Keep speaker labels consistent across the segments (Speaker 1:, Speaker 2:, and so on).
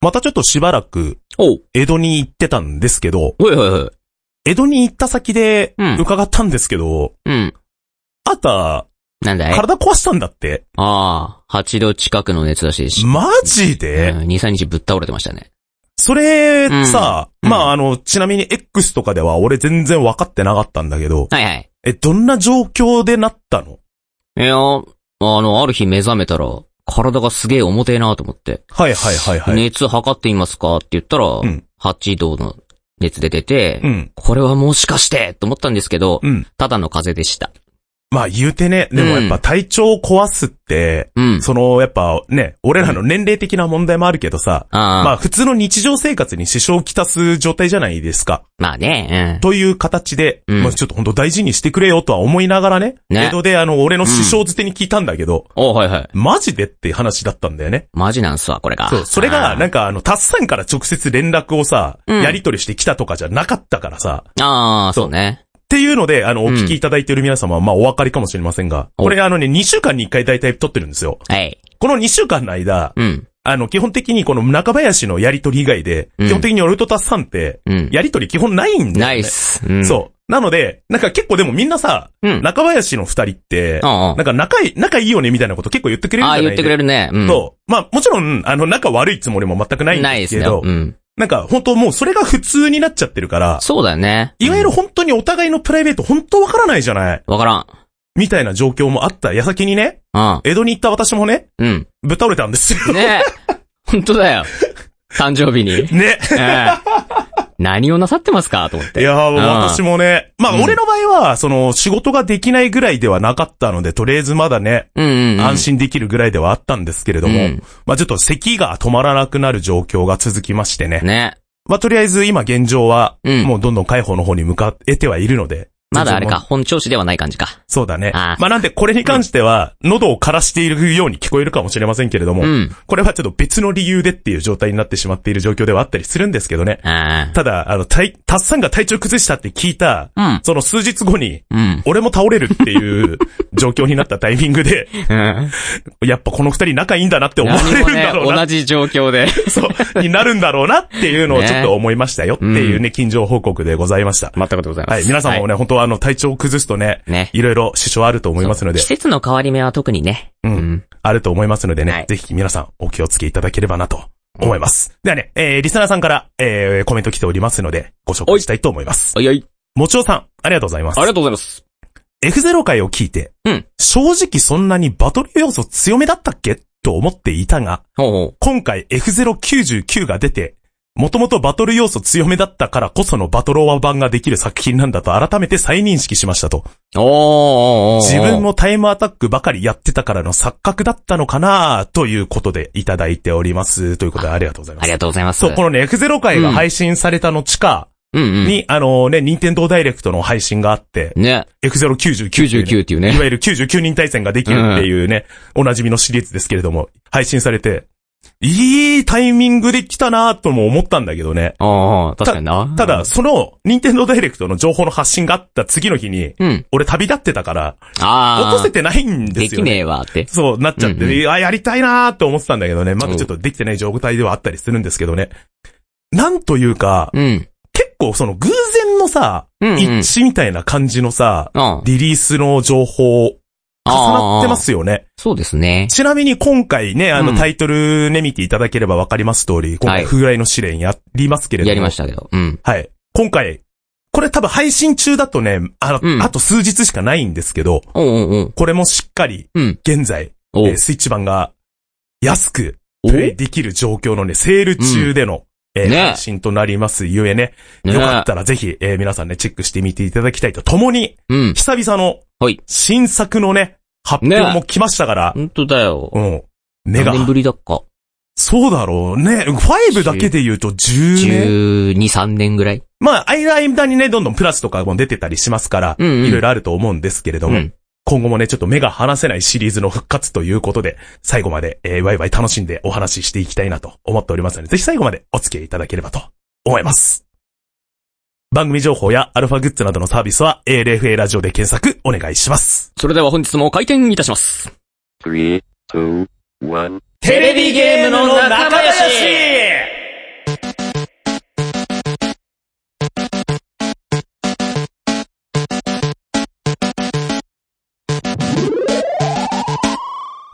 Speaker 1: またちょっとしばらく、
Speaker 2: おう。
Speaker 1: 江戸に行ってたんですけど、
Speaker 2: はいはいはい。
Speaker 1: 江戸に行った先で
Speaker 2: うん、
Speaker 1: 伺ったんですけど、
Speaker 2: うん。
Speaker 1: あんた、
Speaker 2: なんだい
Speaker 1: 体壊したんだって。
Speaker 2: ああ、8度近くの熱出しでし、
Speaker 1: マジで、
Speaker 2: うん、2、3日ぶっ倒れてましたね。
Speaker 1: それ、
Speaker 2: うん
Speaker 1: さ、
Speaker 2: うん
Speaker 1: まあ、あの、ちなみに X とかでは俺全然分かってなかったんだけど、
Speaker 2: はいはい。
Speaker 1: え、どんな状況でなったの
Speaker 2: いや、あの、ある日目覚めたら、体がすげえ重てえなと思って、
Speaker 1: はいはいはいはい。
Speaker 2: 熱測っていますかって言ったら、
Speaker 1: ん
Speaker 2: 8度の熱で出て、
Speaker 1: うん。
Speaker 2: これはもしかしてと思ったんですけど、
Speaker 1: うん。
Speaker 2: ただの風邪でした。
Speaker 1: まあ言うてね、でもやっぱ体調を壊すって、
Speaker 2: うん。
Speaker 1: その、やっぱね、俺らの年齢的な問題もあるけどさ、
Speaker 2: ああ、
Speaker 1: ま
Speaker 2: ま
Speaker 1: あ
Speaker 2: あ、
Speaker 1: 普通の日常生活に支障をきたす状態じゃないですか。
Speaker 2: ね、
Speaker 1: という形で、
Speaker 2: うん
Speaker 1: まあちょっと本当大事にしてくれよとは思いながらね、
Speaker 2: ね
Speaker 1: 江戸であの、俺の師匠づてに聞いたんだけど、
Speaker 2: うん。おはいはい。
Speaker 1: マジでって話だったんだよね。
Speaker 2: マジなんすわ、これが。
Speaker 1: そう、それが、
Speaker 2: あ
Speaker 1: なんかあの、タッサンから直接連絡をさ、
Speaker 2: うん
Speaker 1: やり取りしてきたとかじゃなかったからさ、っ
Speaker 2: ーあー、そうね。
Speaker 1: ていうので、あの、お
Speaker 2: うん
Speaker 1: 聞きいただいている皆様は、まあ、お分かりかもしれませんが、
Speaker 2: お
Speaker 1: これあのね、2週間に1回大体撮ってるんですよ。
Speaker 2: はい。
Speaker 1: この2週間の間、
Speaker 2: うん。
Speaker 1: あの、基本的にこの中林のやり取り以外で、
Speaker 2: うん
Speaker 1: 基本的に俺とタッサンって、
Speaker 2: うん。
Speaker 1: やり取り基本ないんだよ、ね。
Speaker 2: ナイス。うん。
Speaker 1: そう。なので、なんか結構でもみんなさ、
Speaker 2: う。うん。
Speaker 1: 中林の二人って、
Speaker 2: あ
Speaker 1: なんか仲いい、仲いいよねみたいなこと結構言ってくれる
Speaker 2: あ
Speaker 1: ん
Speaker 2: あ
Speaker 1: じ
Speaker 2: ー、
Speaker 1: ゃな
Speaker 2: 言
Speaker 1: い
Speaker 2: ってくれ
Speaker 1: る。
Speaker 2: るね。うん。
Speaker 1: そう。まあ、もちろん、あの、仲悪いつもりも全くないん
Speaker 2: ない
Speaker 1: で
Speaker 2: ですす
Speaker 1: け
Speaker 2: ね。
Speaker 1: ど、
Speaker 2: うん。
Speaker 1: なんか本当もうそれが普通になっちゃってるから、
Speaker 2: そうだよね。
Speaker 1: いわゆる
Speaker 2: うん、
Speaker 1: 本当にお互いのプライベート本当わからないじゃない
Speaker 2: わからん。
Speaker 1: みたいな状況もあった矢先にね、
Speaker 2: う
Speaker 1: 江戸に行った私もね、
Speaker 2: ん。うん。
Speaker 1: ぶっ倒れたんですよ。
Speaker 2: ねえ。本当だよ。誕生日に。
Speaker 1: ね。
Speaker 2: ええ何をなさってますかと思っ
Speaker 1: い
Speaker 2: て。
Speaker 1: やー、
Speaker 2: うん
Speaker 1: 私もね、まあ
Speaker 2: うん
Speaker 1: 俺の場合は、その仕事ができないぐらいではなかったので、とりあえずまだね、
Speaker 2: うんうんうん。
Speaker 1: 安心できるぐらいではあったんですけれども、
Speaker 2: うん
Speaker 1: まあちょっと咳が止まらなくなる状況が続きましてね。
Speaker 2: ね。
Speaker 1: まあとりあえず今現状は、
Speaker 2: うん
Speaker 1: もうどんどん解放の方に向かえてはいるので。
Speaker 2: まだあれか、
Speaker 1: 全然もう。
Speaker 2: 本調子ではない感じか。
Speaker 1: そうだね。
Speaker 2: あー
Speaker 1: まあなんでこれに関しては、喉を枯らしているように聞こえるかもしれませんけれども、
Speaker 2: うん。
Speaker 1: これはちょっと別の理由でっていう状態になってしまっている状況ではあったりするんですけどね。
Speaker 2: あ
Speaker 1: ただ、あの、たい、たっさんが体調崩したって聞いた、
Speaker 2: あ。
Speaker 1: その数日後に、
Speaker 2: うん。うん。
Speaker 1: 俺も倒れるっていう状況になったタイミングで、
Speaker 2: うん。
Speaker 1: やっぱこの二人仲いいんだなって 思われ
Speaker 2: 何
Speaker 1: る
Speaker 2: も
Speaker 1: んだ
Speaker 2: ね、
Speaker 1: ろうな、
Speaker 2: 同じ状況で。
Speaker 1: そう、になるんだろうなっていうのを
Speaker 2: ね
Speaker 1: ちょっと思いましたよっていうね、近所報告でございました。
Speaker 2: 全くでござい
Speaker 1: はい、皆さんもね、本当はあの、体調を崩すとね、
Speaker 2: ね
Speaker 1: いろいろ支障あると思いますので
Speaker 2: 季、節の変わり目は特にね。
Speaker 1: う
Speaker 2: うんん。
Speaker 1: あると思いますのでね、
Speaker 2: はい
Speaker 1: ぜひ皆さんお気をつけいただければなと思います。ではね、えー、リスナーさんから、えー、コメント来ておりますので、ご紹介したいと思います。
Speaker 2: はいはい。
Speaker 1: もちおさん、ありがとうございます
Speaker 2: あり。がとうございます。
Speaker 1: F0 回を聞いて、
Speaker 2: うん
Speaker 1: 正直そんなにバトル要素強めだったっけと思っていたが、
Speaker 2: ほうほ
Speaker 1: 今回 F099 が出て、もともとバトル要素強めだったからこそのバトロワ版ができる作品なんだと改めて再認識しましたと。
Speaker 2: う。おーおーおーおー
Speaker 1: 自分もタイムアタックばかりやってたからの錯覚だったのかなということでいただいております。ということでありがとうございま
Speaker 2: あり
Speaker 1: す。
Speaker 2: がとうございます。
Speaker 1: そう、このね、F0 回が配信されたの地下
Speaker 2: うんうん。
Speaker 1: に、あのね、任天堂ダイレクトの配信があって、
Speaker 2: ね。
Speaker 1: F099 っていうね、
Speaker 2: 99っていう
Speaker 1: い
Speaker 2: ね。
Speaker 1: わゆる99人対戦ができるっていうね、おなじみのシリーズですけれども、配信されて、いいタイミングで来たなとも思ったんだけどね。
Speaker 2: ああ、確かにな。
Speaker 1: ただ、、その、任天堂ダイレクトの情報の発信があった次の日に、
Speaker 2: うん。
Speaker 1: 俺旅立ってたから、
Speaker 2: ああ。
Speaker 1: 落とせてないんで
Speaker 2: ですき
Speaker 1: よ、ね。
Speaker 2: ねえわって。
Speaker 1: そう、なっちゃって、
Speaker 2: うんうん
Speaker 1: いややりたいなーと思ってたんだけどね、まだちょっとできてない状態ではあったりするんですけどね。なんというか、
Speaker 2: うん。
Speaker 1: 結構その偶然のさ、
Speaker 2: うんうん。
Speaker 1: 一致みたいな感じのさ、
Speaker 2: あ
Speaker 1: リリースの情報、重なってますよね。
Speaker 2: そうですね。
Speaker 1: ちなみに今回ね、あ
Speaker 2: う
Speaker 1: の
Speaker 2: ん
Speaker 1: タイトルね、見ていただければわかります通り、今
Speaker 2: は
Speaker 1: 回
Speaker 2: い
Speaker 1: 不具合の試練やりますけれども。
Speaker 2: やりましたけど。うん。
Speaker 1: た。はい。今回、これ多分配信中だとね、あの、
Speaker 2: うん
Speaker 1: あと数日しかないんですけど、
Speaker 2: おうおうおう。
Speaker 1: これもしっかり、
Speaker 2: うん。
Speaker 1: 現在、え
Speaker 2: おう
Speaker 1: ースイッチ版が安く
Speaker 2: おう
Speaker 1: プレイできる状況のね、セール中での、えー
Speaker 2: ね
Speaker 1: 配信となりますゆえね、
Speaker 2: ね
Speaker 1: よかったらぜひ、えー皆さんね、チェックしてみていただきたいとともに、
Speaker 2: うん。
Speaker 1: 久々の
Speaker 2: はい、
Speaker 1: 新作のね、発表も来ましたから、
Speaker 2: 本当だよ。
Speaker 1: うん。目
Speaker 2: 何
Speaker 1: が
Speaker 2: 年ぶりだっか。
Speaker 1: そうだろうね。5だけで言うと10年。
Speaker 2: 12、3年ぐらい。
Speaker 1: まあ、間間にね、どんどんプラスとかも出てたりしますから、
Speaker 2: うんうん
Speaker 1: いろいろあると思うんですけれど
Speaker 2: う
Speaker 1: も、
Speaker 2: ん。
Speaker 1: 今後もね、ちょっと目が離せないシリーズの復活ということで、最後まで、えーワイワイ楽しんでお話ししていきたいなと思っておりますので、ぜひ最後までお付き合いいただければと思います。番組情報やアルファグッズなどのサービスは ALFA ラジオで検索お願いします。
Speaker 2: それでは本日も開店いたします。
Speaker 3: Three, two, one.
Speaker 2: テレビゲームの中林
Speaker 1: 林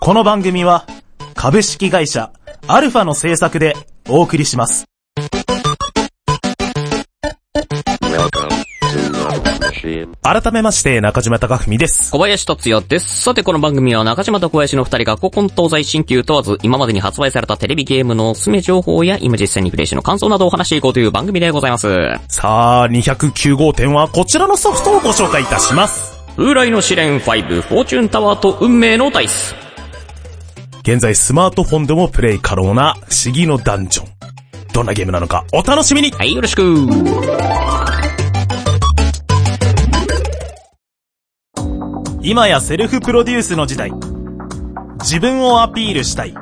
Speaker 3: この番組は、株式会社、アルファの制作でお送りします。
Speaker 4: Welcome to the machine.
Speaker 1: 改めまして、中島貴文です。
Speaker 2: 小林達也です。さて、この番組は中島と小林の二人が古今東西新旧問わず、今までに発売されたテレビゲームのおすすめ情報や、今実際にプレイしての感想などをお話していこうという番組でございます。
Speaker 1: さあ、209号店はこちらのソフトをご紹介いたします。
Speaker 2: 風来の試練5、フォーチュンタワーと運命のダイス。
Speaker 1: 現在スマートフォンでもプレイ可能な不思議のダンジョン。どんなゲームなのかお楽しみに
Speaker 2: はい、よろしく。
Speaker 3: 今やセルフプロデュースの時代。自分をアピールしたい。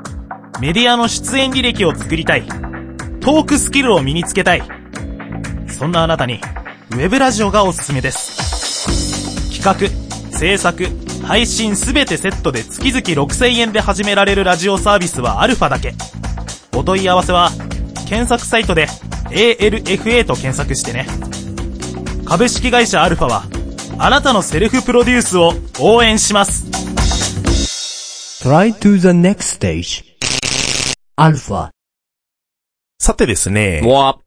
Speaker 3: メディアの出演履歴を作りたい。トークスキルを身につけたい。そんなあなたに、ウェブラジオがおすすめです。企画、制作、配信すべてセットで月々6000円で始められるラジオサービスはアルファだけ。お問い合わせは、検索サイトで ALFA と検索してね。株式会社アルファは、あなたのセルフプロデュースを応援します。
Speaker 5: Try to the next stage. Alpha.
Speaker 1: さてですね。
Speaker 2: わ、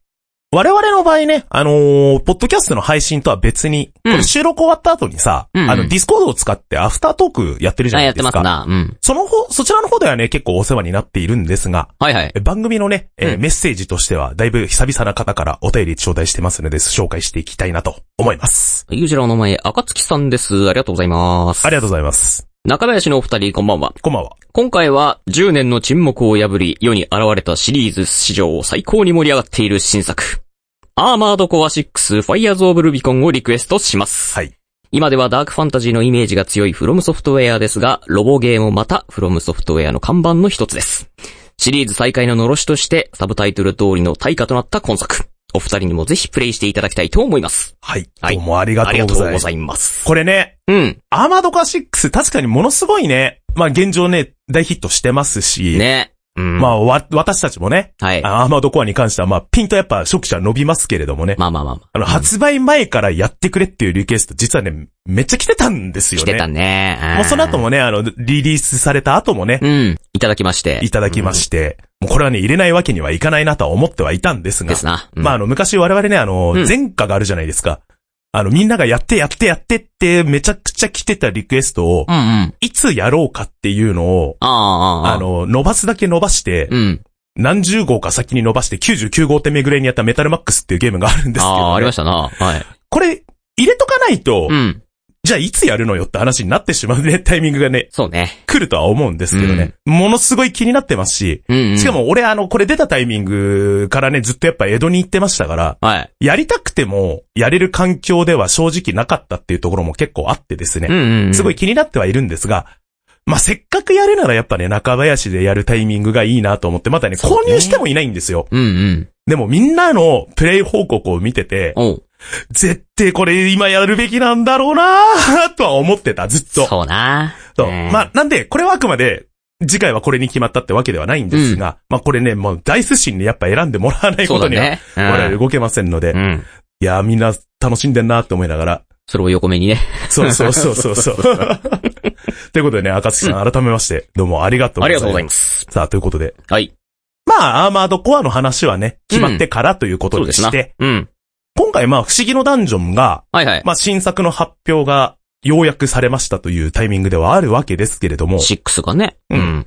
Speaker 1: 我々の場合ね、あのーポッドキャストの配信とは別に、
Speaker 2: うん
Speaker 1: これ収録終わった後にさ、
Speaker 2: うんうん
Speaker 1: あの、ディスコードを使ってアフタートークやってるじゃ
Speaker 2: あ、
Speaker 1: な
Speaker 2: や
Speaker 1: い
Speaker 2: っ
Speaker 1: で
Speaker 2: て
Speaker 1: す
Speaker 2: ます
Speaker 1: か。
Speaker 2: な。うん。
Speaker 1: その方、そちらの方ではね、結構お世話になっているんですが、
Speaker 2: はいはい。
Speaker 1: え番組のね、えー
Speaker 2: うん
Speaker 1: メッセージとしては、だいぶ久々な方からお便り頂戴してますので、紹介していきたいなと思います。
Speaker 2: ゆうじらお名前、赤月さんです。ありがとうございます。
Speaker 1: ありがとうございます。
Speaker 2: 中林のお二人、こんばんは。
Speaker 1: こんばんは。
Speaker 2: 今回は10年の沈黙を破り世に現れたシリーズ史上最高に盛り上がっている新作。アーマードコア6ファイアーズオブルビコンをリクエストします。
Speaker 1: はい。
Speaker 2: 今ではダークファンタジーのイメージが強いフロムソフトウェアですが、ロボゲーもまたフロムソフトウェアの看板の一つです。シリーズ再開の呪しとしてサブタイトル通りの対価となった今作。お二人にもぜひプレイしていただきたいと思います。
Speaker 1: はい。
Speaker 2: はい
Speaker 1: どうもありが
Speaker 2: あり
Speaker 1: と
Speaker 2: が
Speaker 1: う
Speaker 2: と
Speaker 1: ござ
Speaker 2: う
Speaker 1: い
Speaker 2: ご
Speaker 1: ます。
Speaker 2: ざいます。
Speaker 1: これね、
Speaker 2: うん。
Speaker 1: アーマードカー6、確かにものすごいね、まあ現状ね、大ヒットしてますし、
Speaker 2: ね。うん。
Speaker 1: まあわ、私たちもね、
Speaker 2: はい。
Speaker 1: あアーマードコアに関しては、まあ、ピンとやっぱ初期者伸びますけれどもね。
Speaker 2: まあまあまあま
Speaker 1: あの、発売前からやってくれっていうリクエスト、実はね、めっちゃ来てたんです
Speaker 2: あ。
Speaker 1: よ
Speaker 2: し
Speaker 1: ね。
Speaker 2: てたね。ん
Speaker 1: もうその後もね、あの、リリースされた後もね、
Speaker 2: うん。いただきまして。
Speaker 1: いただきまして、もうこれはね、入れないわけにはいかないなとは思ってはいたんです
Speaker 2: うん
Speaker 1: が
Speaker 2: で、すな。うん
Speaker 1: まあ、あの、昔我々ね、あの
Speaker 2: うん、
Speaker 1: 前科があるじゃないですか。あの、みんながやってやってやってって、めちゃくちゃ来てたリクエストを
Speaker 2: う、んうん。
Speaker 1: いつやろうかっていうのを、
Speaker 2: ああ、ああ。
Speaker 1: あ、の、伸ばすだけ伸ばして、
Speaker 2: うん。
Speaker 1: 何十号か先に伸ばして99号点目ぐらいにやったメタルマックスっていうゲームがあるんですけど、
Speaker 2: ああ、ありま
Speaker 1: し
Speaker 2: したな。はい。
Speaker 1: た。これ、入れとかないと、
Speaker 2: うん。
Speaker 1: じゃあいつやるのよって話になってしまうね、タイミングがね、
Speaker 2: そうね。
Speaker 1: 来るとは思うんですけどね。ものすごい気になってますし、
Speaker 2: うん、うん。
Speaker 1: しか、も俺あの、これ出たタイミングからね、ずっとやっぱ江戸に行ってましたから、
Speaker 2: はい。
Speaker 1: やりたくても、やれる環境では正直なかったっていうところも結構あってですね
Speaker 2: う。んうんうん。
Speaker 1: すごい。気になってはいるんですが、まあ、せっかくやるならやっぱね、中林でやるタイミングがいいなと思って、まだね、
Speaker 2: そう
Speaker 1: 購
Speaker 2: ね
Speaker 1: 入してもいないんですよ。
Speaker 2: うんうん。
Speaker 1: でもみんなのプレイ報告を見てて、
Speaker 2: おう。
Speaker 1: 絶対これ今やるべきなんだろうなぁとは思ってた、ずっと。
Speaker 2: そうな。
Speaker 1: そう
Speaker 2: ね
Speaker 1: まあ、なんで、これはあくまで、次回はこれに決まったってわけではないんですが、まあこれね、もうダイス心にやっぱ選んでもらわない
Speaker 2: そ
Speaker 1: こ
Speaker 2: う
Speaker 1: と
Speaker 2: だ
Speaker 1: には、
Speaker 2: ね。うん
Speaker 1: 我々動けませんので、
Speaker 2: うん。
Speaker 1: いやーみんな楽しんでんなって思いながら、
Speaker 2: それを横目にね。
Speaker 1: そう そうそうそうそう。ということでね、赤月さん、改めまして、どうもありがとうご
Speaker 2: あ
Speaker 1: ざ
Speaker 2: り
Speaker 1: います。
Speaker 2: がとうございます。
Speaker 1: さあ、ということで。
Speaker 2: はい。
Speaker 1: まあ、アーマードコアの話はね、決まってからというこ
Speaker 2: そ
Speaker 1: と
Speaker 2: う
Speaker 1: で
Speaker 2: です
Speaker 1: し
Speaker 2: な
Speaker 1: て、。
Speaker 2: うん。
Speaker 1: 今回まあ、不思議のダンジョンが、
Speaker 2: はいはい。
Speaker 1: まあ、新作の発表が、ようやくされましたというタイミングではあるわけですけれども、
Speaker 2: シックスがね。
Speaker 1: う
Speaker 2: うんん。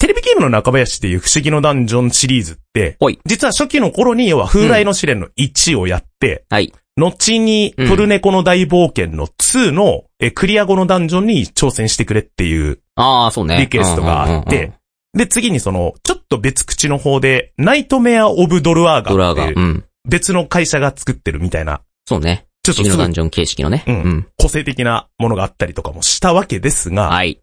Speaker 1: テレビゲームの中林っていう不思議のダンジョンシリーズって
Speaker 2: はい、
Speaker 1: 実は初期の頃に、要は風来の試練の1をやって、
Speaker 2: はい。
Speaker 1: 後に、
Speaker 2: うん
Speaker 1: トルネコの大冒険の2の、えクリア後のダンジョンに挑戦してくれっていう
Speaker 2: ああ、そうね。
Speaker 1: リクエストがあっ
Speaker 2: うんうんうんう
Speaker 1: て
Speaker 2: ん、、
Speaker 1: で、次にその、ちょっと別口の方で、ナイトメア・オブ・ドルアー
Speaker 2: ド
Speaker 1: ガ
Speaker 2: ラ
Speaker 1: って
Speaker 2: が。
Speaker 1: いう
Speaker 2: う、ん。
Speaker 1: 別の会社が作ってるみたいな、
Speaker 2: そうね。
Speaker 1: ちょっと
Speaker 2: 次の
Speaker 1: す
Speaker 2: ダ
Speaker 1: ご
Speaker 2: ン
Speaker 1: い
Speaker 2: ジョン形式のね。
Speaker 1: うん
Speaker 2: うん。
Speaker 1: 個性的なものがあったりとかもしたわけですが、
Speaker 2: はい。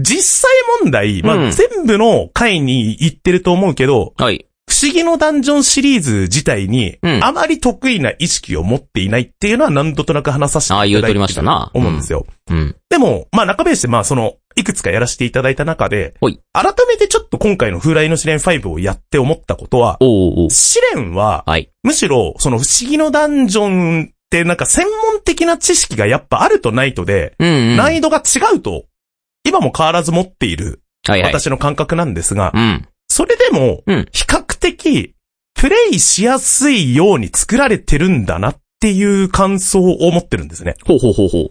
Speaker 1: 実際問題、
Speaker 2: う
Speaker 1: まあ、
Speaker 2: ん
Speaker 1: 全部の回に行ってると思うけど、
Speaker 2: はい。
Speaker 1: 不思議のダンジョンシリーズ自体に
Speaker 2: う、ん
Speaker 1: あまり得意な意識を持っていないっていうのは何度となく話させていた
Speaker 2: あ
Speaker 1: だ
Speaker 2: あ、
Speaker 1: いて
Speaker 2: 言う
Speaker 1: る
Speaker 2: とりましたな。
Speaker 1: 思うんですよ。
Speaker 2: うん。
Speaker 1: でも、まあ中林でまあその、いくつかやらせていただいた中で
Speaker 2: ほい、
Speaker 1: 改めてちょっと今回の風来の試練5をやって思ったことは、
Speaker 2: おうおう
Speaker 1: 試練は、
Speaker 2: はい。
Speaker 1: むしろ、その不思議のダンジョンってなんか専門的な知識がやっぱあるとないとで、
Speaker 2: うんうん。
Speaker 1: 難易度が違うと、今も変わらず持っている
Speaker 2: はいはい。
Speaker 1: 私の感覚なんですが
Speaker 2: う、ん。
Speaker 1: それでも
Speaker 2: うん、
Speaker 1: 比較的、プレイしやすいように作られてるんだなっていう感想を持ってるんですね。
Speaker 2: ほうほうほうほう。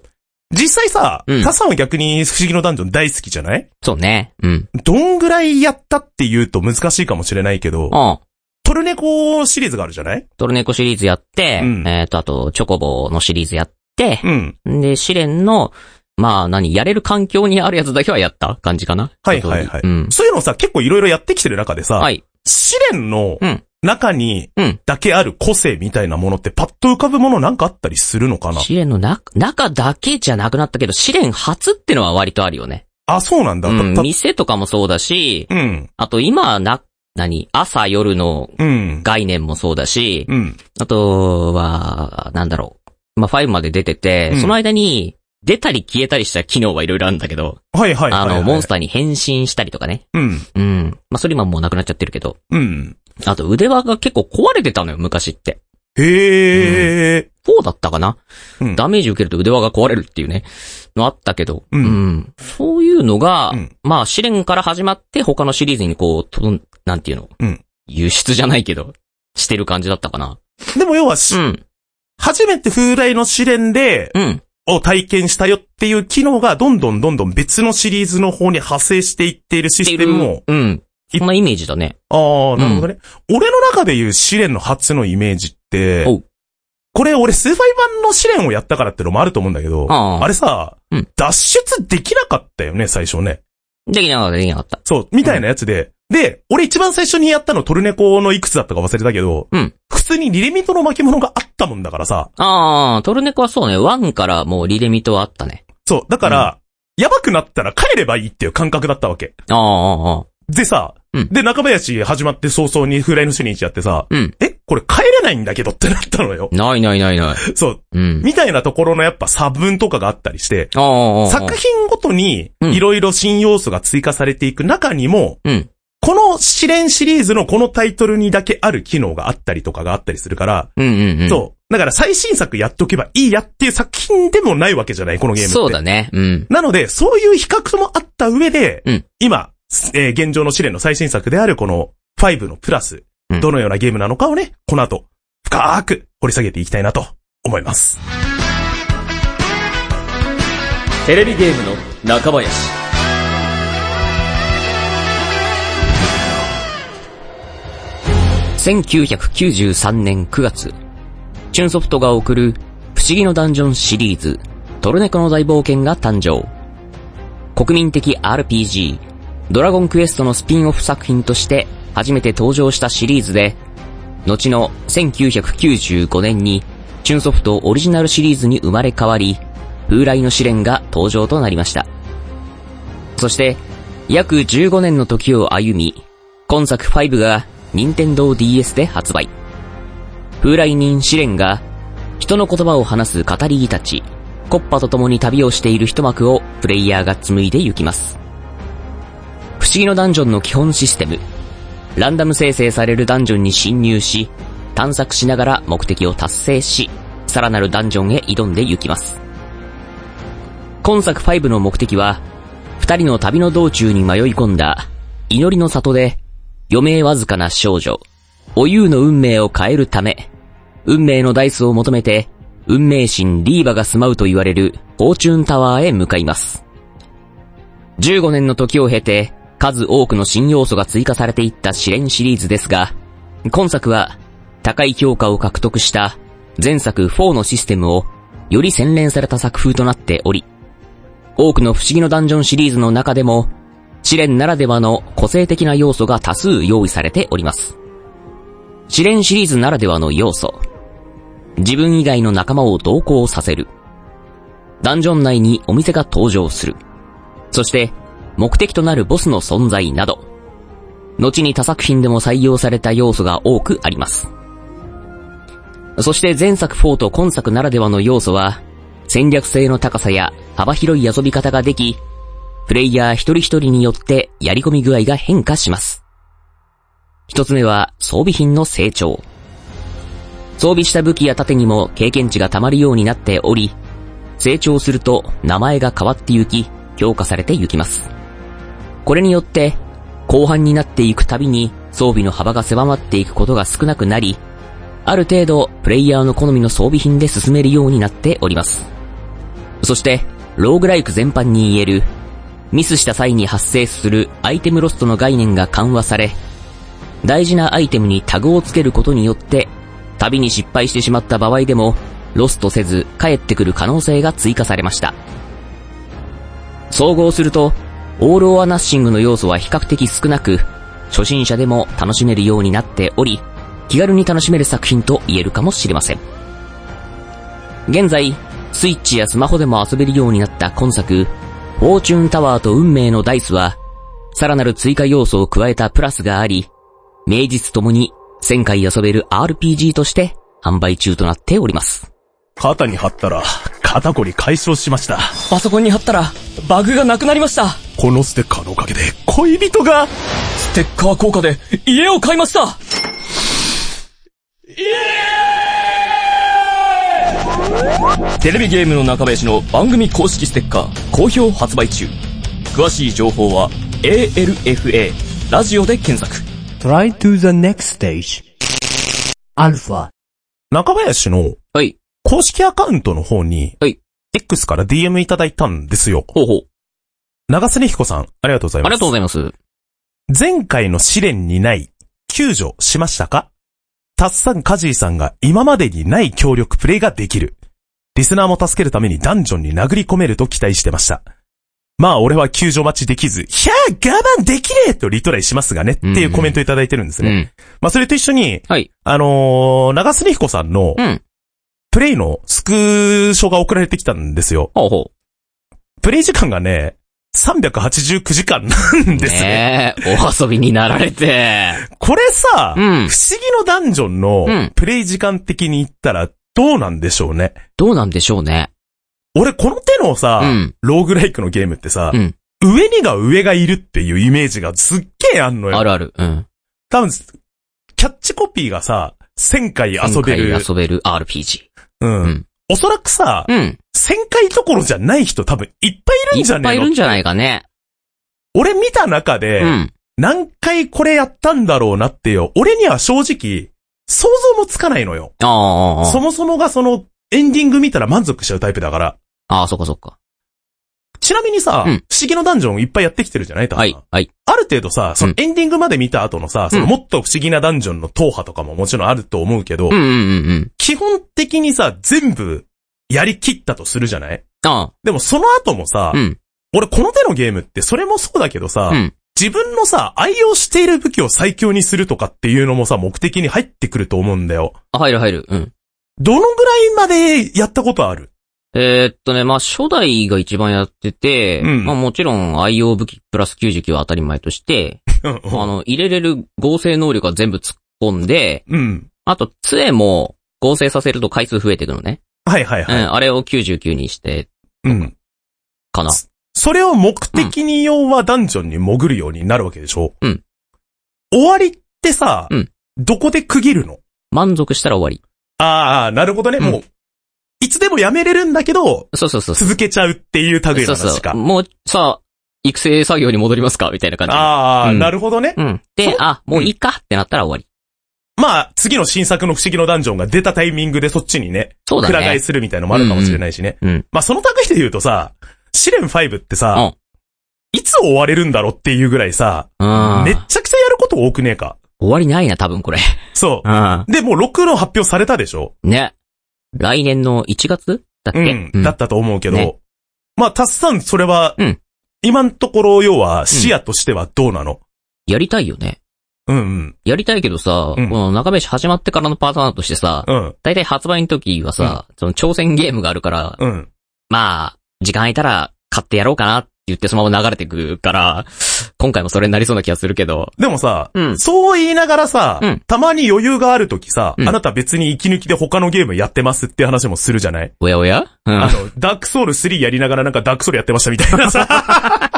Speaker 1: 実際さ、
Speaker 2: うん
Speaker 1: 他さんは逆に不思議のダンジョン大好きじゃない
Speaker 2: そうね。うん。
Speaker 1: どんぐらいやったって言うと難しいかもしれないけど、
Speaker 2: うん。
Speaker 1: トルネコシリーズがあるじゃない
Speaker 2: トルネコシリーズやって、
Speaker 1: うん
Speaker 2: えっ、と、あと、チョコボのシリーズやって、
Speaker 1: うん。
Speaker 2: で、試練の、まあ、何、やれる環境にあるやつだけはやった感じかな。
Speaker 1: はいはいはい
Speaker 2: うん。
Speaker 1: そういうのをさ、結構いろいろやってきてる中でさ、
Speaker 2: はい。
Speaker 1: 試練の
Speaker 2: うん
Speaker 1: 中に
Speaker 2: うん
Speaker 1: だけある個性みたいなものってパッと浮かぶものなんかあったりするのかな
Speaker 2: 試練の中、中だけじゃなくなったけど、試練初ってのは割とあるよね。
Speaker 1: あ、そうなんだ。
Speaker 2: うん。
Speaker 1: たた
Speaker 2: 店とかもそうだし、
Speaker 1: うん。
Speaker 2: あと今、な、何、朝夜の
Speaker 1: うん。
Speaker 2: 概念もそうだし、
Speaker 1: うん。
Speaker 2: あとは、なんだろう。まあ、5まで出てて、
Speaker 1: うん
Speaker 2: その間に、出たり消えたりした機能はいろいろあるんだけど、
Speaker 1: はいはいはい、はい。
Speaker 2: あの、モンスターに変身したりとかね。
Speaker 1: うん。
Speaker 2: うん。まあ、それ今もうなくなっちゃってるけど。
Speaker 1: うん。
Speaker 2: あと、腕輪が結構壊れてたのよ、昔って。
Speaker 1: へえ、
Speaker 2: 4だったかな、
Speaker 1: うん
Speaker 2: ダメージ受けると腕輪が壊れるっていうね、のあったけど。
Speaker 1: うん
Speaker 2: そういうのが、
Speaker 1: うん
Speaker 2: まあ、試練から始まって他のシリーズにこう、とん、なんていうの、
Speaker 1: うん
Speaker 2: 輸出じゃないけど、してる感じだったかな。
Speaker 1: でも要はし、
Speaker 2: うん。
Speaker 1: 初めて風来の試練で、
Speaker 2: うん。
Speaker 1: を体験したよっていう機能がどんどんどんどん別のシリーズの方に派生していっているシステムも、
Speaker 2: うん。そんなイメージだね。
Speaker 1: ああ、なるほどね、俺の中で言う試練の初のイメージって
Speaker 2: おう、
Speaker 1: これ俺スーファイ版の試練をやったからってのもあると思うんだけど、
Speaker 2: ああ
Speaker 1: あれさ、
Speaker 2: うん
Speaker 1: 脱出できなかったよね、最初ね。
Speaker 2: できなかった、できなかった。
Speaker 1: そう、みたいなやつで。で、俺一番最初にやったのトルネコのいくつだったか忘れたけど、
Speaker 2: うん
Speaker 1: 普通にリレミトの巻物があったもんだからさ、
Speaker 2: ああ、トルネコはそうね、1からもうリレミトはあったね。
Speaker 1: そう、だから、やばくなったら帰ればいいっていう感覚だったわけ。
Speaker 2: ああ、ああ、
Speaker 1: でさ、
Speaker 2: うん
Speaker 1: で、中林始まって早々にフライの主任一やってさ、
Speaker 2: うん
Speaker 1: え、これ帰れないんだけどってなったのよ。
Speaker 2: ないないないない。
Speaker 1: そう、
Speaker 2: うん。
Speaker 1: みたいなところのやっぱ差分とかがあったりして、
Speaker 2: ああああ、
Speaker 1: 作品ごとに
Speaker 2: うん
Speaker 1: いろいろ新要素が追加されていく中にも、
Speaker 2: うん
Speaker 1: この試練シリーズのこのタイトルにだけある機能があったりとかがあったりするから、
Speaker 2: うんうんうん。
Speaker 1: そう。だから最新作やっとけばいいやっていう作品でもないわけじゃない、このゲームって。
Speaker 2: そうだね。うん。
Speaker 1: なので、そういう比較もあった上で、
Speaker 2: うん
Speaker 1: 今、えー現状の試練の最新作であるこの5のプラス、
Speaker 2: うん
Speaker 1: どのようなゲームなのかをね、この後、深く掘り下げていきたいなと思います。
Speaker 2: テレビゲームの中林。1993年9月、チュンソフトが送る不思議のダンジョンシリーズ、トルネコの大冒険が誕生。国民的 RPG、ドラゴンクエストのスピンオフ作品として初めて登場したシリーズで、後の1995年に、チュンソフトオリジナルシリーズに生まれ変わり、風来の試練が登場となりました。そして、約15年の時を歩み、今作5が任天堂 DS で発売。風来人試練が、人の言葉を話す語り木たち、コッパと共に旅をしている一幕をプレイヤーが紡いでゆきます。不思議のダンジョンの基本システム、ランダム生成されるダンジョンに侵入し、探索しながら目的を達成し、さらなるダンジョンへ挑んでいきます。今作5の目的は、二人の旅の道中に迷い込んだ、祈りの里で、余命わずかな少女、おゆうの運命を変えるため、運命のダイスを求めて、運命神リーバが住まうと言われるフォーチュンタワーへ向かいます。15年の時を経て、数多くの新要素が追加されていった試練シリーズですが、今作は、高い評価を獲得した前作4のシステムを、より洗練された作風となっており、多くの不思議のダンジョンシリーズの中でも、試練ならではの個性的な要素が多数用意されております。試練シリーズならではの要素。自分以外の仲間を同行させる。ダンジョン内にお店が登場する。そして、目的となるボスの存在など、後に他作品でも採用された要素が多くあります。そして前作4と今作ならではの要素は、戦略性の高さや幅広い遊び方ができ、プレイヤー一人一人によってやり込み具合が変化します。一つ目は装備品の成長。装備した武器や盾にも経験値が溜まるようになっており、成長すると名前が変わってゆき、強化されてゆきます。これによって、後半になっていくたびに装備の幅が狭まっていくことが少なくなり、ある程度、プレイヤーの好みの装備品で進めるようになっております。そして、ローグライク全般に言える、ミスした際に発生するアイテムロストの概念が緩和され、大事なアイテムにタグをつけることによって、旅に失敗してしまった場合でも、ロストせず帰ってくる可能性が追加されました。総合すると、オールオアナッシングの要素は比較的少なく、初心者でも楽しめるようになっており、気軽に楽しめる作品と言えるかもしれません。現在、スイッチやスマホでも遊べるようになった今作、フォーチュンタワーと運命のダイスは、さらなる追加要素を加えたプラスがあり、名実ともに1000回遊べる RPG として販売中となっております。
Speaker 1: 肩に貼ったら、肩こり解消しました。
Speaker 6: パソコンに貼ったら、バグがなくなりました。
Speaker 1: このステッカーのおかげで、恋人が、
Speaker 6: ステッカー効果で家を買いましたテレビゲームの中林の番組公式ステッカー好評発売中詳しい情報は ALFA ラジオで検索
Speaker 5: Try to the next stage. Alpha.
Speaker 1: 中林の
Speaker 2: はい。
Speaker 1: 公式アカウントの方に、
Speaker 2: はい。
Speaker 1: X から DM いただいたんですよ。
Speaker 2: ほうほう。
Speaker 1: 長瀬彦さん、ありがとうござい
Speaker 2: あ
Speaker 1: ます。
Speaker 2: りがとうございます。
Speaker 1: 前回の試練にない救助しましたかタッサンカジーさんが今までにない協力プレイができる。リスナーも助けるためにダンジョンに殴り込めると期待してました。まあ俺は救助待ちできず、ひゃー我慢できねえとリトライしますがねっていうコメントいただいてるんです
Speaker 2: う
Speaker 1: ね。
Speaker 2: ん。
Speaker 1: まあそれと一緒に、
Speaker 2: はい。
Speaker 1: あのー、長須彦さんの
Speaker 2: うん。
Speaker 1: プレイのスクショが送られてきたんですよ。
Speaker 2: ほうほ
Speaker 1: プレイ時間がね、389時間なん
Speaker 2: う。
Speaker 1: ですね。
Speaker 2: ねえ、お遊びになられて。
Speaker 1: これさ、
Speaker 2: うん
Speaker 1: 不思議のダンジョンの
Speaker 2: うん
Speaker 1: プレイ時間的に言ったらどうなんでしょうね。
Speaker 2: どうなんでしょうね。
Speaker 1: 俺この手のさ、
Speaker 2: うん
Speaker 1: ローグライクのゲームってさ、
Speaker 2: うん
Speaker 1: 上にが上がいるっていうイメージがすっげえあんの
Speaker 2: あ
Speaker 1: よ。
Speaker 2: るある。うん。
Speaker 1: 多分、キャッチコピーがさ、1000回遊べる。
Speaker 2: 今回遊べる RPG。
Speaker 1: うん。
Speaker 2: うん
Speaker 1: おそらくさ、
Speaker 2: うん。
Speaker 1: 1000回どころじゃない人多分いっぱいいるんじ
Speaker 2: い
Speaker 1: ゃ
Speaker 2: っぱ
Speaker 1: ね
Speaker 2: い
Speaker 1: え
Speaker 2: い
Speaker 1: の
Speaker 2: るんじゃないかね。
Speaker 1: 俺見た中で、
Speaker 2: うん。
Speaker 1: 何回これやったんだろうなってよ。俺には正直、想像もつかないのよ。
Speaker 2: ああああ、
Speaker 1: そもそもがその、エンディング見たら満足しちゃうタイプだから。
Speaker 2: ああ、そっかそっか。
Speaker 1: ちなみにさ、
Speaker 2: うん
Speaker 1: 不思議のダンジョンいっぱいやってきてるじゃない多分
Speaker 2: はい、はい。
Speaker 1: ある程度さ、その
Speaker 2: うん
Speaker 1: エンディングまで見た後のさ、そうの
Speaker 2: ん
Speaker 1: もっと不思議なダンジョンの踏破とかももちろんあると思うけど、
Speaker 2: うんうんうんうん。
Speaker 1: 基本的にさ、全部やりきったとするじゃない
Speaker 2: あ
Speaker 1: でもその後もさ
Speaker 2: あ、、うん。
Speaker 1: 俺この手のゲームってそれもそうだけどさ、
Speaker 2: うん
Speaker 1: 自分のさ、愛用している武器を最強にするとかっていうのもさ、目的に入ってくると思うんだよ。
Speaker 2: あ、入る入る。うん。
Speaker 1: どのぐらいまでやったことある
Speaker 2: えーっとね、まあ、初代が一番やってて、
Speaker 1: うん
Speaker 2: まあ、もちろん、愛用武器プラス99は当たり前として、
Speaker 1: うん
Speaker 2: あの、入れれる合成能力は全部突っ込んで、
Speaker 1: うん。
Speaker 2: あと、杖も合成させると回数増えていくのね。
Speaker 1: はいはいはい。
Speaker 2: うん、あれを99にして、
Speaker 1: うん。
Speaker 2: かな。
Speaker 1: それを目的に要はダンジョンに潜るようになるわけでしょ
Speaker 2: うん。
Speaker 1: 終わりってさ、
Speaker 2: うん
Speaker 1: どこで区切るの
Speaker 2: 満足したら終わり。
Speaker 1: ああ、なるほどね。
Speaker 2: うん
Speaker 1: もう、いつでもやめれるんだけど、
Speaker 2: そうそうそう。
Speaker 1: 続けちゃうっていう類
Speaker 2: そ
Speaker 1: の
Speaker 2: う
Speaker 1: 話
Speaker 2: そ
Speaker 1: か。
Speaker 2: う。もう、さあ、育成作業に戻りますかみたいな感じ。
Speaker 1: ああ、
Speaker 2: うん
Speaker 1: なるほどね。
Speaker 2: うん。
Speaker 1: そ
Speaker 2: で
Speaker 1: う、
Speaker 2: あ、もういいかってなったら終わり。
Speaker 1: まあ、次の新作の不思議のダンジョンが出たタイミングでそっちにね、
Speaker 2: そうだ
Speaker 1: くら替え
Speaker 2: ね。
Speaker 1: するみたいのもあるかもしれないしね。
Speaker 2: うん。
Speaker 1: まあ、その類で言うとさ、試練5って
Speaker 2: う
Speaker 1: さ
Speaker 2: ん、
Speaker 1: いつ終われるんだろうっていうぐらいさ、
Speaker 2: うん。
Speaker 1: めっ
Speaker 2: 終
Speaker 1: ちゃくちゃやること多くねえか。
Speaker 2: わりないな、多分これ。
Speaker 1: そう
Speaker 2: う。ん。
Speaker 1: で、もう6の発表されたでしょ
Speaker 2: ね。来年の1月だっけ
Speaker 1: うん。だったと思うけど、
Speaker 2: ね
Speaker 1: まあ、たっさんそれは、
Speaker 2: うん
Speaker 1: 今のところ、要は、視野としてはどうなの、
Speaker 2: やりたいよね。
Speaker 1: うん、うん
Speaker 2: やりたいけどさ、
Speaker 1: うん
Speaker 2: この中林始まってからのパターンとしてさ、
Speaker 1: うん、うん、
Speaker 2: 大体発売の時はさ、その挑戦ゲームがあるから、
Speaker 1: うん。
Speaker 2: まあ、時間空いたら買ってやろうかなって言ってそのまま流れてくるから、今回もそれになりそうな気がするけど、
Speaker 1: でもさ、
Speaker 2: うん
Speaker 1: そう言いながらさ、
Speaker 2: うん
Speaker 1: たまに余裕があるときさ、
Speaker 2: うん
Speaker 1: あなた別に息抜きで他のゲームやってますって話もするじゃない、
Speaker 2: おやおやう
Speaker 1: あ
Speaker 2: ん。
Speaker 1: の、ダークソウル3やりながらなんかダークソウルやってましたみたいな さ、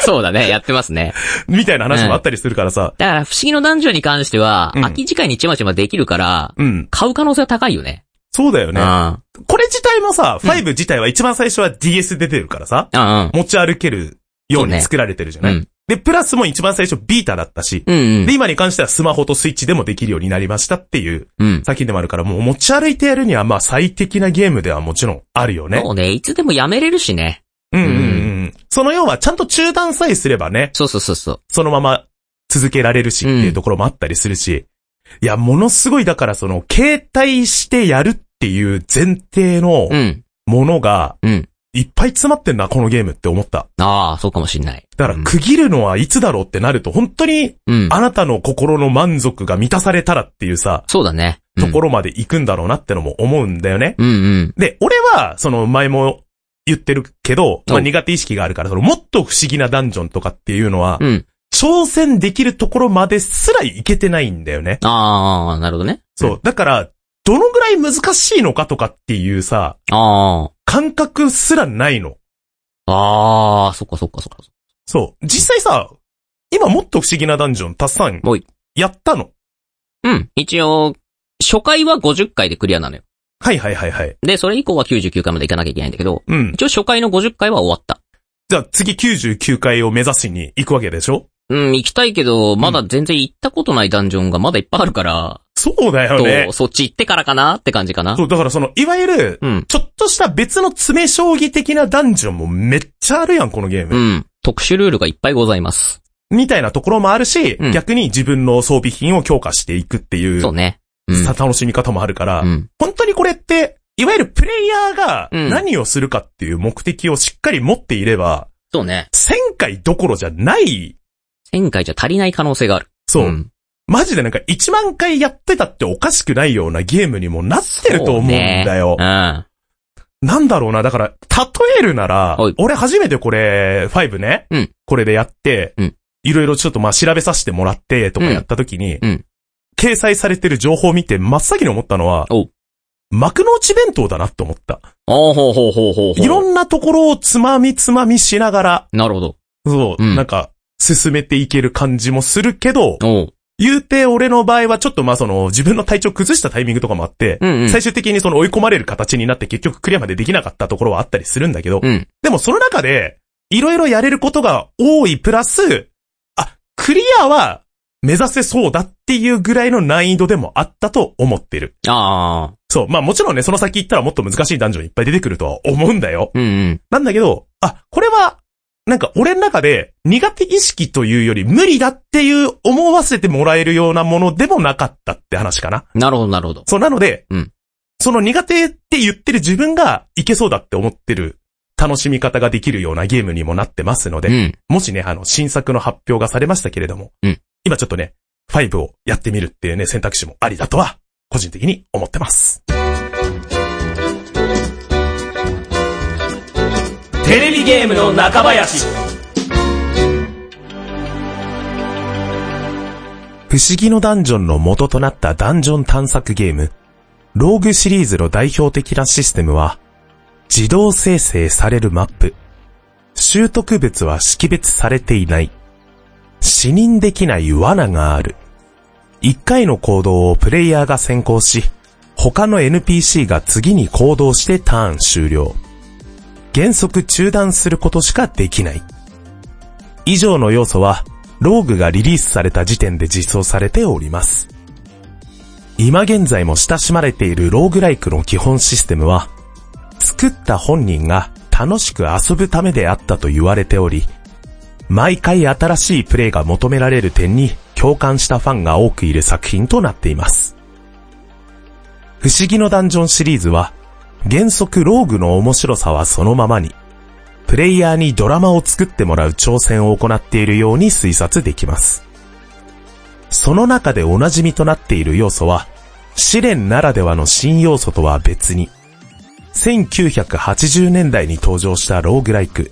Speaker 2: そうだね、やってますね。
Speaker 1: みたいな話もあったりするからさ、
Speaker 2: だから、不思議の男女に関しては、
Speaker 1: うん
Speaker 2: 空き時間にちまちまできるから、
Speaker 1: うん。
Speaker 2: 買う可能性は高いよね。
Speaker 1: そうだよ
Speaker 2: う
Speaker 1: ね。
Speaker 2: ん。
Speaker 1: これ自体もさ、5自体は一番最初は DS で出てるからさ、
Speaker 2: うんうん。
Speaker 1: 持ち歩けるように作られてるじゃ
Speaker 2: う
Speaker 1: ない、
Speaker 2: ん。
Speaker 1: で、プラスも一番最初ビータだったし、
Speaker 2: うんうん
Speaker 1: で、。今に関してはスマホとスイッチでもできるようになりましたっていう、
Speaker 2: うん。
Speaker 1: 先でもあるから、もう持ち歩いてやるにはまあ最適なゲームではもちろんあるよね。
Speaker 2: そうね、いつでもやめれるしね。
Speaker 1: うんうんうん。その要はちゃんと中断さえすればね、
Speaker 2: そうそうそうそう。
Speaker 1: そのまま続けられるしっていうところもあったりするし、いや、ものすごいだからその、携帯してやるっていう前提の
Speaker 2: うん。
Speaker 1: ものが、
Speaker 2: うん
Speaker 1: いっぱい詰まってんな、このゲームって思った。
Speaker 2: ああ、そうかもしんない。
Speaker 1: だから、区切るのはいつだろうってなると、本当に、
Speaker 2: うん。
Speaker 1: あなたの心の満足が満たされたらっていうさ、
Speaker 2: そうだね。うん
Speaker 1: ところまで行くんだろうなってのも思うんだよね。
Speaker 2: うんうん。
Speaker 1: で、俺は、その前も言ってるけど、ま
Speaker 2: う
Speaker 1: あ、
Speaker 2: ん
Speaker 1: 苦手意識があるから、そのもっと不思議なダンジョンとかっていうのは、
Speaker 2: うん。
Speaker 1: 挑戦できるところまですらいけてないんだよね。
Speaker 2: ああ、なるほどね。
Speaker 1: そう。だから、どのぐらい難しいのかとかっていうさ、
Speaker 2: あ
Speaker 1: 感覚すらないの。
Speaker 2: あ。ああ、そっかそっかそっか。
Speaker 1: そう。実際さ、今もっと不思議なダンジョンたくさん
Speaker 2: おい、
Speaker 1: やったの。
Speaker 2: うん。一応、初回は50回でクリアなのよ。
Speaker 1: はいはいはいはい。
Speaker 2: で、それ以降は99回まで行かなきゃいけないんだけど、
Speaker 1: うん。
Speaker 2: 一応初回の50回は終わった。
Speaker 1: じゃあ次99回を目指しに行くわけでしょ
Speaker 2: うん、行きたいけど、まだ全然行ったことないダンジョンがまだいっぱいあるから、
Speaker 1: そうだよ
Speaker 2: と、
Speaker 1: ね。
Speaker 2: そっち行ってからかなって感じかな
Speaker 1: そ。う、だからその、いわゆる、
Speaker 2: うん。
Speaker 1: ちょっとした別の詰め将棋的なダンジョンもめっちゃあるやん、このゲーム。
Speaker 2: うん。特殊ルールがいっぱいございます。
Speaker 1: みたいなところもあるし、
Speaker 2: うん
Speaker 1: 逆に自分の装備品を強化していくっていう、
Speaker 2: そうね。うん
Speaker 1: さ楽しみ方もあるから、
Speaker 2: うん。
Speaker 1: 本当にこれって、いわゆるプレイヤーが
Speaker 2: うん
Speaker 1: 何をするかっていう目的をしっかり持っていれば、
Speaker 2: そうね。
Speaker 1: 1000回どころじゃない、
Speaker 2: 1000回じゃ足りない可能性がある。
Speaker 1: そう、
Speaker 2: ん
Speaker 1: マジでなんか1万回やってたっておかしくないようなゲームにもなってると思うんだよ。
Speaker 2: うん。
Speaker 1: なんだろうな、だから、例えるなら、
Speaker 2: はい
Speaker 1: 俺初めてこれ、5ね、
Speaker 2: うん
Speaker 1: これでやって、
Speaker 2: うん
Speaker 1: いろいろちょっとまあ調べさせてもらって、とかやった時に、
Speaker 2: うんうん
Speaker 1: 掲載されてる情報を見て真っ先に思ったのは
Speaker 2: おう、
Speaker 1: 幕の内弁当だなと思った。
Speaker 2: おーほうほうほうほうほう。
Speaker 1: いろんなところをつまみつまみしながら、
Speaker 2: なるほど。
Speaker 1: そう、
Speaker 2: うん
Speaker 1: なんか、進めていける感じもするけど、
Speaker 2: おう。
Speaker 1: 言うて俺の場合はちょっとまあその、自分の体調崩したタイミングとかもあって、
Speaker 2: うんうん。
Speaker 1: 最終的にその追い込まれる形になって結局クリアまでできなかったところはあったりするんだけど、
Speaker 2: うん
Speaker 1: でもその中で、いろいろやれることが多いプラス、あ、クリアは目指せそうだっていうぐらいの難易度でもあったと思ってる。
Speaker 2: ああ。
Speaker 1: そう。まあもちろんね、その先行ったらもっと難しいダンジョンいっぱい出てくるとは思うんだよ。
Speaker 2: うんうん。
Speaker 1: なんだけど、あ、これは、なんか俺の中で苦手意識というより無理だっていう思わせてもらえるようなものでもなかったって話かな。
Speaker 2: なるほど、なるほど。
Speaker 1: そう、なので、
Speaker 2: うん
Speaker 1: その苦手って言ってる自分がいけそうだって思ってる楽しみ方ができるようなゲームにもなってますので、
Speaker 2: うん。
Speaker 1: もしね、あの、新作の発表がされましたけれども、
Speaker 2: うん
Speaker 1: 今ちょっとね、5をやってみるっていうね、選択肢もありだとは、個人的に思ってます。
Speaker 3: テレビゲームの中林。
Speaker 1: 不思議のダンジョンの元となったダンジョン探索ゲーム、ローグシリーズの代表的なシステムは、自動生成されるマップ、習得物は識別されていない、視認できない罠がある、一回の行動をプレイヤーが先行し、他の NPC が次に行動してターン終了。原則中断することしかできない。以上の要素は、ローグがリリースされた時点で実装されております。今現在も親しまれているローグライクの基本システムは、作った本人が楽しく遊ぶためであったと言われており、毎回新しいプレイが求められる点に共感したファンが多くいる作品となっています。不思議のダンジョンシリーズは、原則ローグの面白さはそのままに、プレイヤーにドラマを作ってもらう挑戦を行っているように推察できます。その中でおなじみとなっている要素は、試練ならではの新要素とは別に、1980年代に登場したローグライク、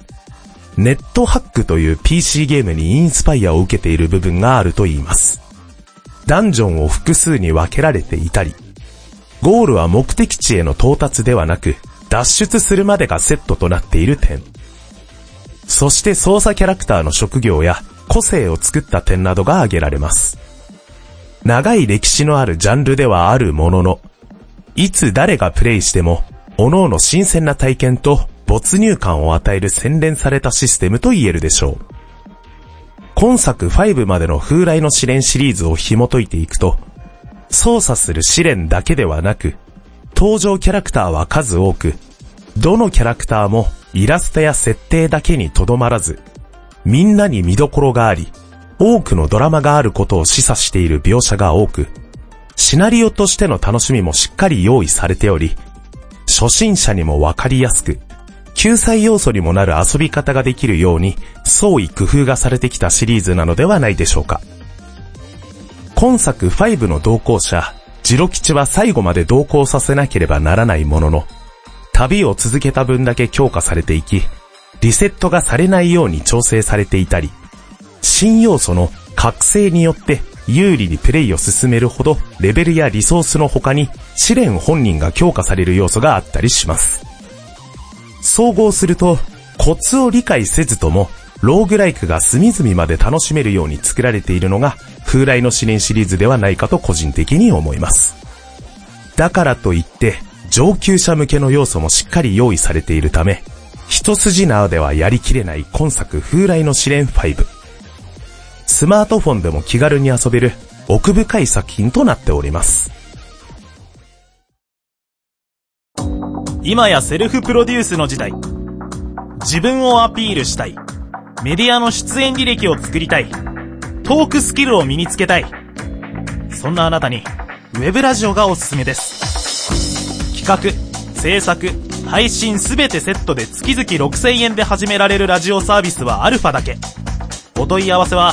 Speaker 1: ネットハックという PC ゲームにインスパイアを受けている部分があると言います。ダンジョンを複数に分けられていたり、ゴールは目的地への到達ではなく、脱出するまでがセットとなっている点。そして操作キャラクターの職業や個性を作った点などが挙げられます。長い歴史のあるジャンルではあるものの、いつ誰がプレイしても、各々新鮮な体験と没入感を与える洗練されたシステムと言えるでしょう。今作5までの風来の試練シリーズを紐解いていくと、操作する試練だけではなく、登場キャラクターは数多く、どのキャラクターもイラストや設定だけにとどまらず、みんなに見どころがあり、多くのドラマがあることを示唆している描写が多く、シナリオとしての楽しみもしっかり用意されており、初心者にもわかりやすく、救済要素にもなる遊び方ができるように、創意工夫がされてきたシリーズなのではないでしょうか。今作5の同行者、ジロ吉は最後まで同行させなければならないものの、旅を続けた分だけ強化されていき、リセットがされないように調整されていたり、新要素の覚醒によって有利にプレイを進めるほどレベルやリソースの他に試練本人が強化される要素があったりします。総合すると、コツを理解せずとも、ローグライクが隅々まで楽しめるように作られているのが、風来の試練シリーズではないかと個人的に思います。だからといって、上級者向けの要素もしっかり用意されているため、一筋縄ではやりきれない今作風来の試練5。スマートフォンでも気軽に遊べる奥深い作品となっております。
Speaker 3: 今やセルフプロデュースの時代。自分をアピールしたい。メディアの出演履歴を作りたい。トークスキルを身につけたい。そんなあなたに、ウェブラジオがおすすめです。企画、制作、配信すべてセットで月々6000円で始められるラジオサービスはアルファだけ。お問い合わせは、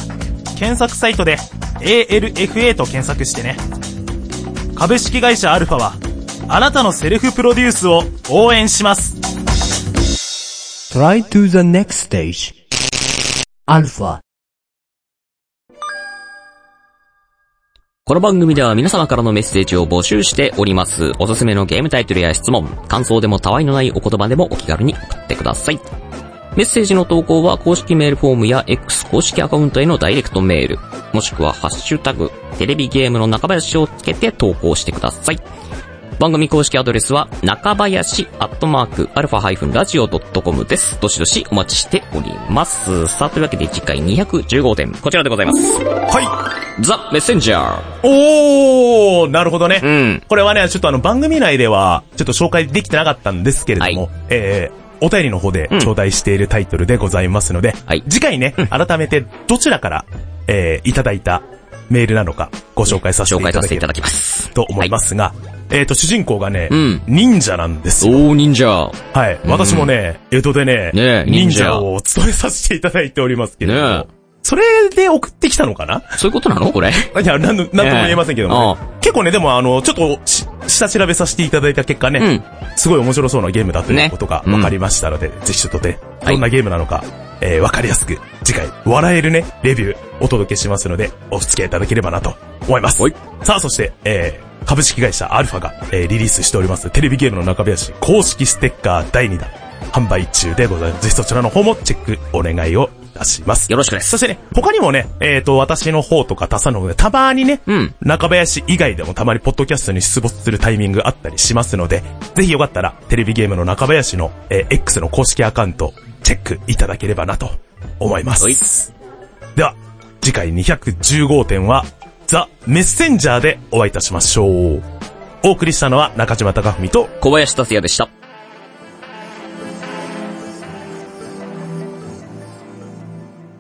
Speaker 3: 検索サイトで ALFA と検索してね。株式会社アルファは、あなたのセルフプロデュースを応援します。
Speaker 5: Try to the next stage. Alpha.
Speaker 2: この番組では皆様からのメッセージを募集しております。おすすめのゲームタイトルや質問、感想でもたわいのないお言葉でもお気軽に送ってください。メッセージの投稿は公式メールフォームや X 公式アカウントへのダイレクトメール、もしくはハッシュタグ、テレビゲームの中林をつけて投稿してください。番組公式アドレスは、中林アットマーク、アルファ -radio.com です。どしどしお待ちしております。さあ、というわけで次回215点、こちらでございます。
Speaker 1: はい。
Speaker 2: ザ・メッセンジャー。
Speaker 1: おー、なるほどね。
Speaker 2: うん。
Speaker 1: これはね、ちょっとあの番組内では、ちょっと紹介できてなかったんですけれども、
Speaker 2: は
Speaker 1: えー、お便りの方で
Speaker 2: うん
Speaker 1: 頂戴しているタイトルでございますので、
Speaker 2: はい
Speaker 1: 次回ね、改めてどちらから、えー、いただいたメールなのか、ご紹介させて
Speaker 2: 紹
Speaker 1: いた
Speaker 2: 介
Speaker 1: だ
Speaker 2: させて
Speaker 1: け
Speaker 2: い
Speaker 1: れ
Speaker 2: た
Speaker 1: ば
Speaker 2: だきます。
Speaker 1: と思いますが、えーと、主人公がね、
Speaker 2: うん
Speaker 1: 忍者なんですよ。
Speaker 2: おー、忍者。
Speaker 1: はい。私もね、江戸でね、
Speaker 2: ねえ
Speaker 1: 忍
Speaker 2: 忍
Speaker 1: 者
Speaker 2: 者
Speaker 1: を務めさせていただいておりますけれども、
Speaker 2: ねえ
Speaker 1: それで送ってきたのかな
Speaker 2: そういうことなのこれ。
Speaker 1: いや、なんの、なんとも言えませんけども、ね
Speaker 2: ね
Speaker 1: 結構ね、でもあの、ちょっとし、下調べさせていただいた結果ね、
Speaker 2: うん
Speaker 1: すごい面白そうなゲームだという
Speaker 2: ね
Speaker 1: ことが分かりましたので、ぜひちょっとね、どんなゲームなのか、えー、分かりやすく、次回、笑えるね、レビュー、お届けしますので、お付き合いいただければなと思います。
Speaker 2: はい
Speaker 1: さあ、そして、えー、株式会社アルファが、えー、リリースしております、テレビゲームの中林公式ステッカー第2弾、販売中でございます。ぜひそちらの方もチェックお願いをいたします。
Speaker 2: よろしくです
Speaker 1: そ。してね、他にもね、えっ、と、私の方とか他さんの方で、たまにね、
Speaker 2: うん
Speaker 1: 中林以外でもたまにポッドキャストに出没するタイミングあったりしますので、ぜひよかったら、テレビゲームの中林の、えー X の公式アカウント、チェックいただければなと思います。
Speaker 2: はい
Speaker 1: では、次回215点は、ザ・メッセンジャーでお会いいたしましょう。お送りしたのは中島貴文と、
Speaker 2: 小林達也でした。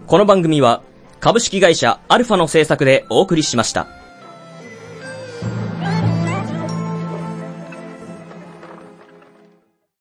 Speaker 6: この番組は株式会社アルファの制作でお送りしました。